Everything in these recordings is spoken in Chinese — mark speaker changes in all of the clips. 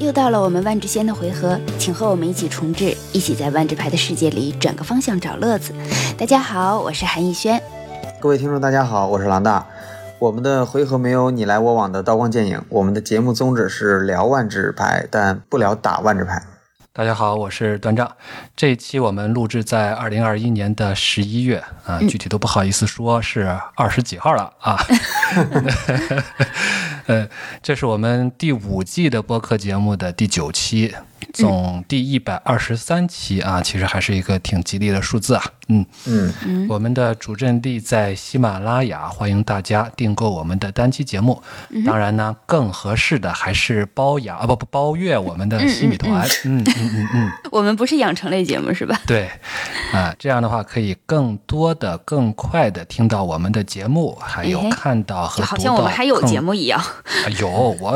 Speaker 1: 又到了我们万智仙的回合，请和我们一起重置，一起在万智牌的世界里转个方向找乐子。大家好，我是韩逸轩。
Speaker 2: 各位听众，大家好，我是郎大。我们的回合没有你来我往的刀光剑影，我们的节目宗旨是聊万智牌，但不聊打万智牌。
Speaker 3: 大家好，我是端丈。这一期我们录制在二零二一年的十一月啊，具体都不好意思说是二十几号了啊。 呃，这是我们第五季的播客节目的第九期，总第一百二十三期啊，其实还是一个挺吉利的数字啊。嗯，
Speaker 2: 嗯，
Speaker 3: 我们的主阵地在喜马拉雅，欢迎大家订购我们的单期节目。当然呢，更合适的还是包养啊，不不包月我们的西米团。嗯嗯嗯嗯，
Speaker 1: 我们不是养成类节目是吧？
Speaker 3: 对，啊，这样的话可以更多的、更快的听到我们的节目，还有
Speaker 1: 哎
Speaker 3: 看到和
Speaker 1: 就
Speaker 3: 读
Speaker 1: 好
Speaker 3: 到。
Speaker 1: 像我们还有节、目一嗯样。
Speaker 3: 啊、有我我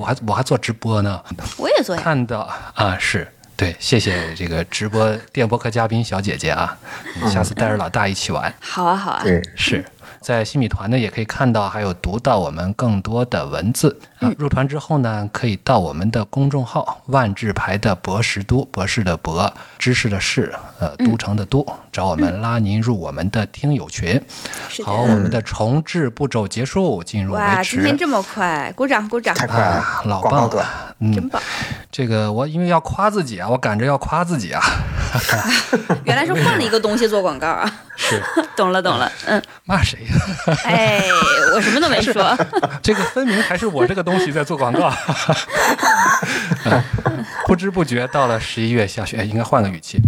Speaker 3: 我还我还做直播呢，
Speaker 1: 我也做呀。
Speaker 3: 看到啊是。对，谢谢这个直播电播客嘉宾小姐姐啊，
Speaker 1: 嗯
Speaker 3: 你下次带着老大一起玩。
Speaker 1: 好啊，好
Speaker 3: 哎
Speaker 1: 啊。
Speaker 2: 对，
Speaker 3: 是在新米团呢，也可以看到还有读到我们更多的文字啊。
Speaker 1: 嗯
Speaker 3: 入团之后呢，可以到我们的公众号“万智牌的博士都”，博士的博，知识的识，呃，
Speaker 1: 嗯
Speaker 3: 都城的都，找我们拉您入我们的听友群。
Speaker 1: 是的
Speaker 3: 好，我们的重置步骤结束，进入
Speaker 1: 哇，
Speaker 3: 维
Speaker 1: 今天
Speaker 3: 持。
Speaker 1: 这么快，鼓掌鼓掌，
Speaker 2: 太快了
Speaker 3: 啊，，老
Speaker 2: 广告
Speaker 3: 棒
Speaker 2: 短。
Speaker 3: 了！嗯
Speaker 1: 真，棒！
Speaker 3: 这个我因为要夸自己啊，我赶着要夸自己啊，
Speaker 1: 原来是换了一个东西做广告啊，
Speaker 3: 是
Speaker 1: 懂了 懂了。嗯，
Speaker 3: 骂谁呀、
Speaker 1: 哎，我什么都没说。
Speaker 3: 这个分明还是我这个东西在做广 告。嗯不知不觉到了十一月下旬，哎，应该换个语气。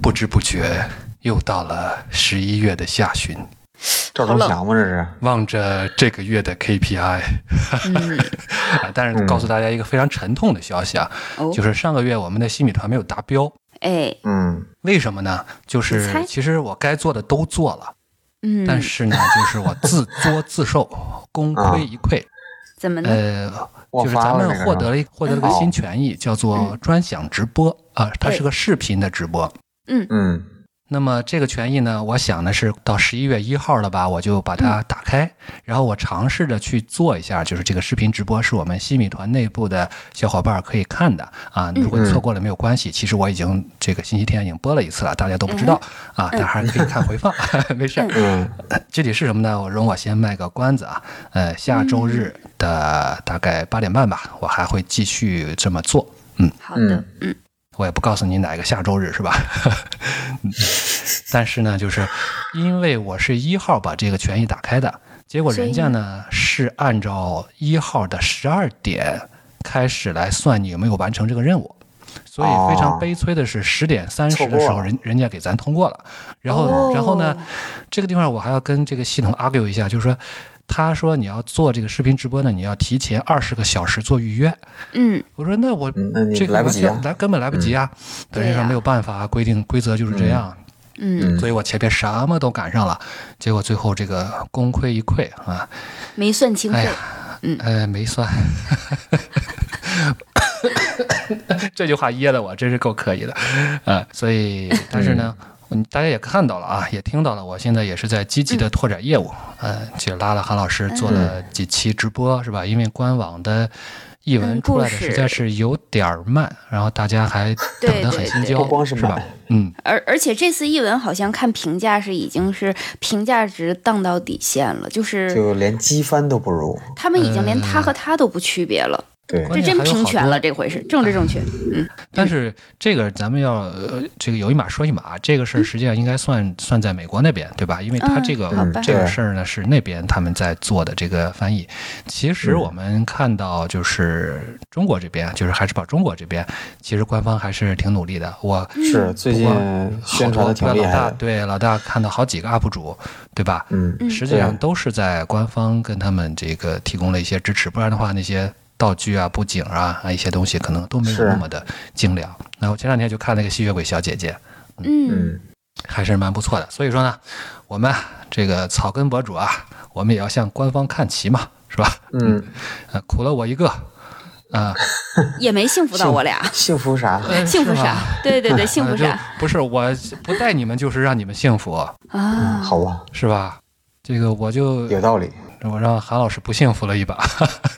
Speaker 3: 不知不觉又到了十一月的下旬，
Speaker 2: 赵忠祥吗？这是？
Speaker 3: 望着这个月的 KPI，啊，
Speaker 1: 嗯
Speaker 3: 但是告诉大家一个非常沉痛的消息啊，
Speaker 1: 哦
Speaker 3: 就是上个月我们的新米团没有达标。
Speaker 1: 哎，
Speaker 2: 嗯，
Speaker 3: 为什么呢？就
Speaker 1: 你猜
Speaker 3: 是其实我该做的都做了，
Speaker 1: 嗯，
Speaker 3: 但是呢，就是我自作自受，功亏一篑。
Speaker 1: 怎么呢？
Speaker 3: 呃，
Speaker 2: 我
Speaker 3: 就是
Speaker 2: 发
Speaker 3: 咱
Speaker 2: 了那
Speaker 3: 们
Speaker 2: 个
Speaker 3: 获
Speaker 2: 是吧
Speaker 3: 得了一获得了个
Speaker 2: 哦
Speaker 3: 新权益，叫做专享直播啊、它是个视频的直播。
Speaker 2: 嗯，
Speaker 3: 那么这个权益呢，我想呢是到十一月一号了吧，我就把它打开，然后我尝试着去做一下，就是这个视频直播是我们西米团内部的小伙伴可以看的啊。如果你错过了没有关系，其实我已经这个星期天已经播了一次了，大家都不知道、啊，大家还可以看回放， 没事儿。
Speaker 2: 嗯，
Speaker 3: 呃具体是什么呢？我容我先卖个关子啊，呃，下周日的大概八点半吧，我还会继续这么做。嗯，
Speaker 1: 好的，
Speaker 3: 我也不告诉你哪一个下周日是吧？ 嗯但是呢，就是因为我是一号把这个权益打开的，结果人家呢是按照一号的十二点开始来算你有没有完成这个任务。所以非常
Speaker 2: 哦
Speaker 3: 悲催的是，十点三十
Speaker 2: 错
Speaker 3: 的
Speaker 2: 过
Speaker 3: 时候，
Speaker 2: 了
Speaker 3: 人人家给咱通过了，然后，然后呢
Speaker 1: 哦，
Speaker 3: 这个地方我还要跟这个系统 argue 一下，就是说，他说你要做这个视频直播呢，你要提前二十个小时做预约。
Speaker 1: 嗯，
Speaker 3: 我说那我
Speaker 2: 嗯那你
Speaker 3: 这个
Speaker 2: 来不
Speaker 3: 完
Speaker 2: 及
Speaker 3: 全
Speaker 2: 啊
Speaker 3: 来根本来不及啊，等于
Speaker 1: 对
Speaker 3: 说
Speaker 1: 呀
Speaker 3: 没有办法啊，规定规则就是这样。
Speaker 1: 嗯，
Speaker 3: 所以我前面什么都赶上了，结果最后这个功亏一篑啊，
Speaker 1: 没算清楚
Speaker 3: 哎。呀，呃，没算。 这句话噎的我真是够可以的，啊，所以但是呢，嗯大家也看到了啊，也听到了，我现在也是在积极的拓展业务，呃，去拉了韩老师做了几期直播，是吧？因为官网的译
Speaker 1: 嗯
Speaker 3: 文出来的
Speaker 1: 故事
Speaker 3: 实在是有点儿慢，然后大家还等得很心
Speaker 1: 对对对
Speaker 3: 焦，
Speaker 2: 不光是
Speaker 3: 吧
Speaker 2: 慢？
Speaker 3: 嗯，
Speaker 1: 而而且这次译文好像看评价是已经是评价值荡到底线了，就是
Speaker 2: 就连机翻都不如。
Speaker 1: 他们已经连他和他都不区别了，
Speaker 2: 对，
Speaker 3: 嗯关
Speaker 1: 这
Speaker 3: 键
Speaker 1: 真
Speaker 3: 还有
Speaker 1: 平
Speaker 3: 好
Speaker 1: 权
Speaker 3: 多
Speaker 1: 了，这回是政治正确。嗯，
Speaker 3: 但是这个咱们要呃，这个有一码说一码，这个
Speaker 2: 嗯
Speaker 3: 事儿实际上应该算算在美国那边，对吧？因为他
Speaker 1: 嗯
Speaker 3: 这个、
Speaker 1: 好吧
Speaker 3: 这个事儿呢是那边他们在做的这个翻译。其实
Speaker 2: 嗯
Speaker 3: 我们看到就是中国这边，就是还是把中国这边，其实官方还是挺努力的。我
Speaker 2: 是最近宣传的挺
Speaker 3: 好
Speaker 2: 厉
Speaker 3: 多老大
Speaker 2: 害的。
Speaker 3: 对老大看到好几个 UP 主，对吧？
Speaker 2: 嗯，
Speaker 3: 实际
Speaker 2: 对
Speaker 3: 上
Speaker 2: 啊
Speaker 3: 都是在官方跟他们这个提供了一些支持，不然的话那些道具啊、布景啊啊一些东西可能都没有
Speaker 2: 是
Speaker 3: 那么的精良。那我前两天就看那个吸血鬼小姐姐，
Speaker 1: 嗯，
Speaker 2: 嗯，
Speaker 3: 还是蛮不错的。所以说呢，我们啊这个草根博主啊，我们也要向官方看齐嘛，是吧？
Speaker 2: 嗯，
Speaker 3: 呃，苦了我一个。啊，
Speaker 1: 也没幸福到我 俩，
Speaker 2: 幸福啥？
Speaker 1: 幸福
Speaker 3: 是
Speaker 1: 啥
Speaker 3: 吧？
Speaker 1: 对对对，幸
Speaker 3: 呃
Speaker 1: 福
Speaker 3: 就
Speaker 1: 啥
Speaker 3: 不是我不带你们，就是让你们幸福，
Speaker 1: 啊？
Speaker 2: 好吧，
Speaker 3: 是吧？这个我就
Speaker 2: 有道理。
Speaker 3: 我让韩老师不幸福了一把。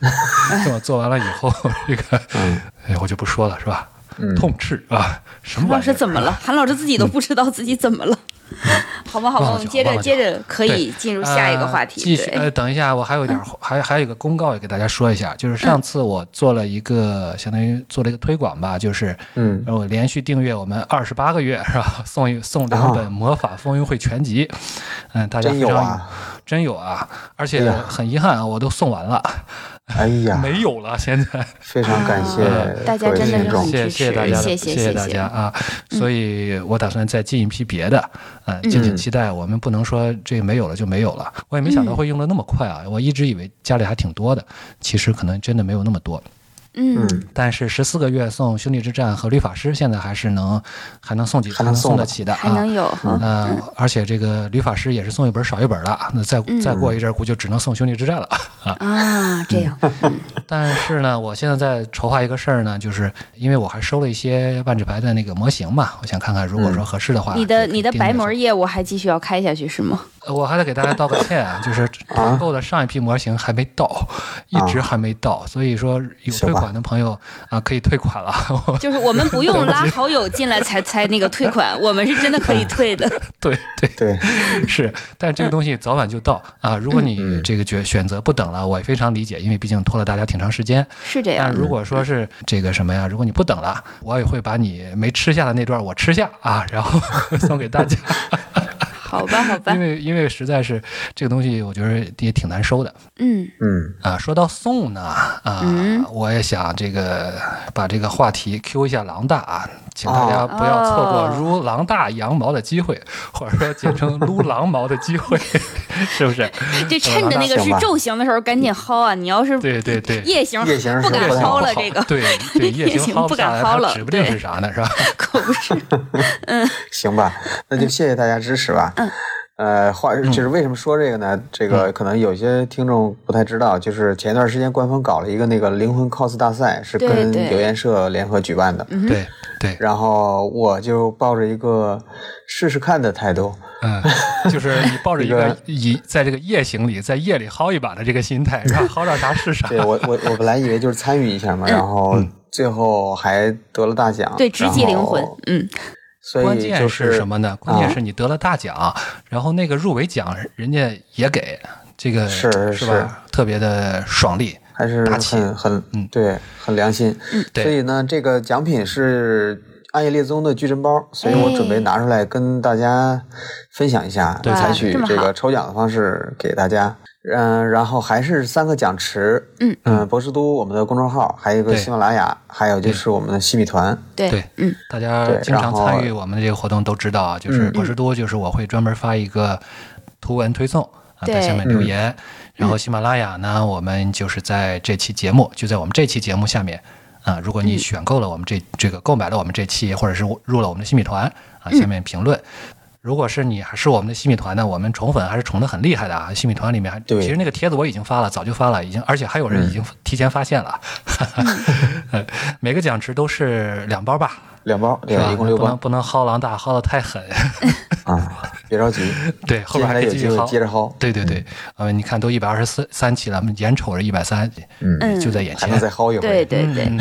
Speaker 3: 这么做完了以后，这个
Speaker 2: 嗯
Speaker 3: 哎我就不说了，是吧？
Speaker 2: 嗯，
Speaker 3: 痛斥啊，什
Speaker 1: 韩
Speaker 3: 么
Speaker 1: 老
Speaker 3: 玩意
Speaker 1: 师
Speaker 3: 儿？
Speaker 1: 怎么 了？韩老师自己都不知道自己怎么了， 好吧，好吧，
Speaker 3: 嗯忘了
Speaker 1: 我们接着
Speaker 3: 讲忘了
Speaker 1: 接着可以进入下一个话题。
Speaker 3: 呃继续，
Speaker 1: 对
Speaker 3: 呃，等一下，我还有 一点，还还有一个公告要给大家说一下，就是
Speaker 1: 嗯
Speaker 3: 上次我做了一个，相当于做了一个推广吧，就是
Speaker 2: 嗯
Speaker 3: 我连续订阅我们二十八个月是吧？ 送一送两本《魔法风云会全集》，嗯，大家
Speaker 2: 啊真
Speaker 3: 非
Speaker 2: 有
Speaker 3: 常
Speaker 2: 啊！
Speaker 3: 真有啊！而
Speaker 2: 哎
Speaker 3: 且
Speaker 2: 呀
Speaker 3: 很遗憾啊，我都送 完了，
Speaker 2: 哎呀，
Speaker 3: 没嗯有了，现在。
Speaker 2: 非常感谢
Speaker 1: 啊大家
Speaker 2: 各位
Speaker 1: 真的是
Speaker 2: 听众
Speaker 1: 很
Speaker 3: 谢
Speaker 1: 支
Speaker 3: 谢
Speaker 1: 持
Speaker 3: 大家的，
Speaker 1: 谢谢
Speaker 3: 谢
Speaker 1: 谢
Speaker 3: 大
Speaker 1: 谢嗯
Speaker 3: 家啊！所以我打算再进一批别的，嗯，敬请期待。我们不能说这没有了就没有了，我也没想到会用的那么快啊！我一直以为家里还挺多的，其实可能真的没有那么多。
Speaker 1: 嗯，
Speaker 2: 嗯，
Speaker 3: 但是十四个月送《兄弟之战》和《律法师》，现在还是能还能送几，
Speaker 2: 还
Speaker 3: 还
Speaker 2: 能
Speaker 3: 能
Speaker 2: 送
Speaker 3: 送得
Speaker 2: 的
Speaker 3: 起的
Speaker 1: 还
Speaker 3: 啊
Speaker 1: 能。有哈，
Speaker 3: 呃，而且这个《律法师》也是送一本少一本了，那再再过一阵儿，估计就只能送《兄弟之战》了。
Speaker 1: 啊，这样，
Speaker 3: 嗯但是呢，我现在在筹划一个事儿呢，就是因为我还收了一些万智牌的那个模型嘛，我想看看如果说合适的话，
Speaker 1: 你的
Speaker 3: 可以
Speaker 1: 你的
Speaker 3: 订阅
Speaker 1: 白
Speaker 3: 一下
Speaker 1: 膜业务还继续要开下去是吗？
Speaker 3: 呃我还得给大家道个歉 啊，就是团购的上一批模型还没到，啊一直还没到，所以说有
Speaker 2: 行吧
Speaker 3: 退款的朋友啊可以退款了。 我
Speaker 1: 就是我们不用拉好友进来才才那个退 款，我们是真的可以退的。
Speaker 3: 对对
Speaker 2: 对，
Speaker 3: 是，但这个东西早晚就到啊。如果你
Speaker 2: 嗯
Speaker 3: 这个决选择不等了，我也非常理解，因为毕竟拖了大家挺长时间。
Speaker 1: 是这
Speaker 3: 但
Speaker 1: 样，
Speaker 3: 如果说是这个什么呀，如果你不等了，我也会把你没吃下的那段我吃下啊， 然后送给大家。
Speaker 1: 好吧，好吧
Speaker 3: 因，为因为实在是这个东西，我觉得也挺难收的
Speaker 1: 嗯
Speaker 2: 嗯
Speaker 3: 啊。说到送呢，啊，
Speaker 1: 嗯
Speaker 3: 我也想这个把这个话题 Q 一下狼大啊，请大家不要错过
Speaker 1: 哦
Speaker 3: 撸狼大羊毛的机会，或者说简称撸狼毛的 机会，是不是？
Speaker 1: 这趁着那个是昼行的时候赶紧薅啊！你要是
Speaker 3: 对对对。
Speaker 1: 夜行，
Speaker 2: 夜行
Speaker 1: 不
Speaker 2: 是
Speaker 1: 敢
Speaker 2: 不太好
Speaker 1: 薅了，这个
Speaker 3: 对对，夜
Speaker 1: 夜
Speaker 3: 行
Speaker 1: 行
Speaker 3: 薅
Speaker 1: 不
Speaker 3: 下
Speaker 1: 敢
Speaker 3: 来，
Speaker 1: 薅
Speaker 3: 它
Speaker 1: 了
Speaker 3: 指不定
Speaker 1: 对
Speaker 3: 是啥呢，是吧？
Speaker 1: 可不是。
Speaker 2: 行吧，那
Speaker 1: 嗯
Speaker 2: 就谢谢大家支持吧。嗯，呃，话
Speaker 3: 嗯
Speaker 2: 就是为什么说这个呢？这个可能有些听众不太知道，就是前段时间官方搞了一个那个灵魂 cos 大赛，是
Speaker 1: 对
Speaker 2: 跟
Speaker 1: 对嗯
Speaker 2: 留言社联合举办的。
Speaker 3: 对对，
Speaker 2: 然后我就抱着一个试试看的态 度，
Speaker 3: 嗯，就是你抱着一个以在这个夜行里，在夜里薅一把的这个心态， 然后薅到啥是啥。
Speaker 2: 对我我我本来以为就是参与一下嘛，然后
Speaker 3: 嗯
Speaker 2: 最后还得了大奖，
Speaker 1: 嗯对，直击灵魂
Speaker 2: 然后，
Speaker 1: 嗯，
Speaker 2: 所以
Speaker 3: 关键
Speaker 2: 就是啊
Speaker 3: 什么呢？关键是你得了大奖，然后那个入围奖人家也给，这个
Speaker 2: 是是
Speaker 3: 吧？特别的爽利。
Speaker 2: 还是
Speaker 3: 打气
Speaker 2: 很很
Speaker 3: 嗯
Speaker 2: 对，很良心。
Speaker 3: 对
Speaker 2: 所以呢，这个奖品是暗夜猎踪的矩阵包，所以我准备拿出来跟大家分享一下，
Speaker 3: 哎对
Speaker 2: 采
Speaker 1: 哇
Speaker 2: 取
Speaker 1: 这么
Speaker 2: 这
Speaker 1: 好
Speaker 2: 个抽奖的方式给大家。嗯，然后还是三个奖池，
Speaker 1: 嗯
Speaker 2: 博士都我们的公众号，还有一个
Speaker 3: 对
Speaker 2: 喜马拉雅，还有就是我们的西米团，
Speaker 1: 对
Speaker 3: 对，
Speaker 1: 嗯，
Speaker 3: 大家
Speaker 2: 对
Speaker 3: 经
Speaker 2: 然
Speaker 3: 常
Speaker 2: 后
Speaker 3: 参与我们的这个活动都知道啊，就是
Speaker 2: 嗯
Speaker 3: 博士多，就是我会专门发一个图文推送啊，
Speaker 1: 对
Speaker 3: 在下面留
Speaker 2: 嗯
Speaker 3: 言。然后喜马拉雅呢，我们就是在这期节目，就在我们这期节目下面啊，如果你选购了我们这这个购买了我们这期，或者是入了我们的新米团啊，
Speaker 2: 嗯
Speaker 3: 下面评论。如果是你还是我们的新米团呢，我们宠粉还是宠的很厉害的啊！新米团里面还，
Speaker 2: 对嗯
Speaker 3: 其实那个帖子我已经发了，早就发了，已经，而且还有人已经提前发 现了。 呃每个奖池都是两包吧，
Speaker 2: 两包，
Speaker 3: 是吧
Speaker 2: 对，一共六
Speaker 3: 不能
Speaker 2: 包
Speaker 3: 不能薅狼大，薅的 太狠。
Speaker 2: 啊，别着急，
Speaker 3: 对，
Speaker 2: 接
Speaker 3: 后边
Speaker 2: 下
Speaker 3: 还
Speaker 2: 来
Speaker 3: 可以
Speaker 2: 有
Speaker 3: 继续
Speaker 2: 机会
Speaker 3: 薅。
Speaker 2: 接着嗯薅，
Speaker 3: 对对对，呃，你看都一百二十四三期了，眼瞅着一百三，
Speaker 2: 嗯
Speaker 3: 就在眼
Speaker 2: 还
Speaker 3: 前。
Speaker 2: 能再薅一回，
Speaker 1: 对对对，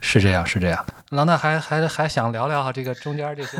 Speaker 3: 是这样，是这样。狼大还还还想聊聊这个中间这些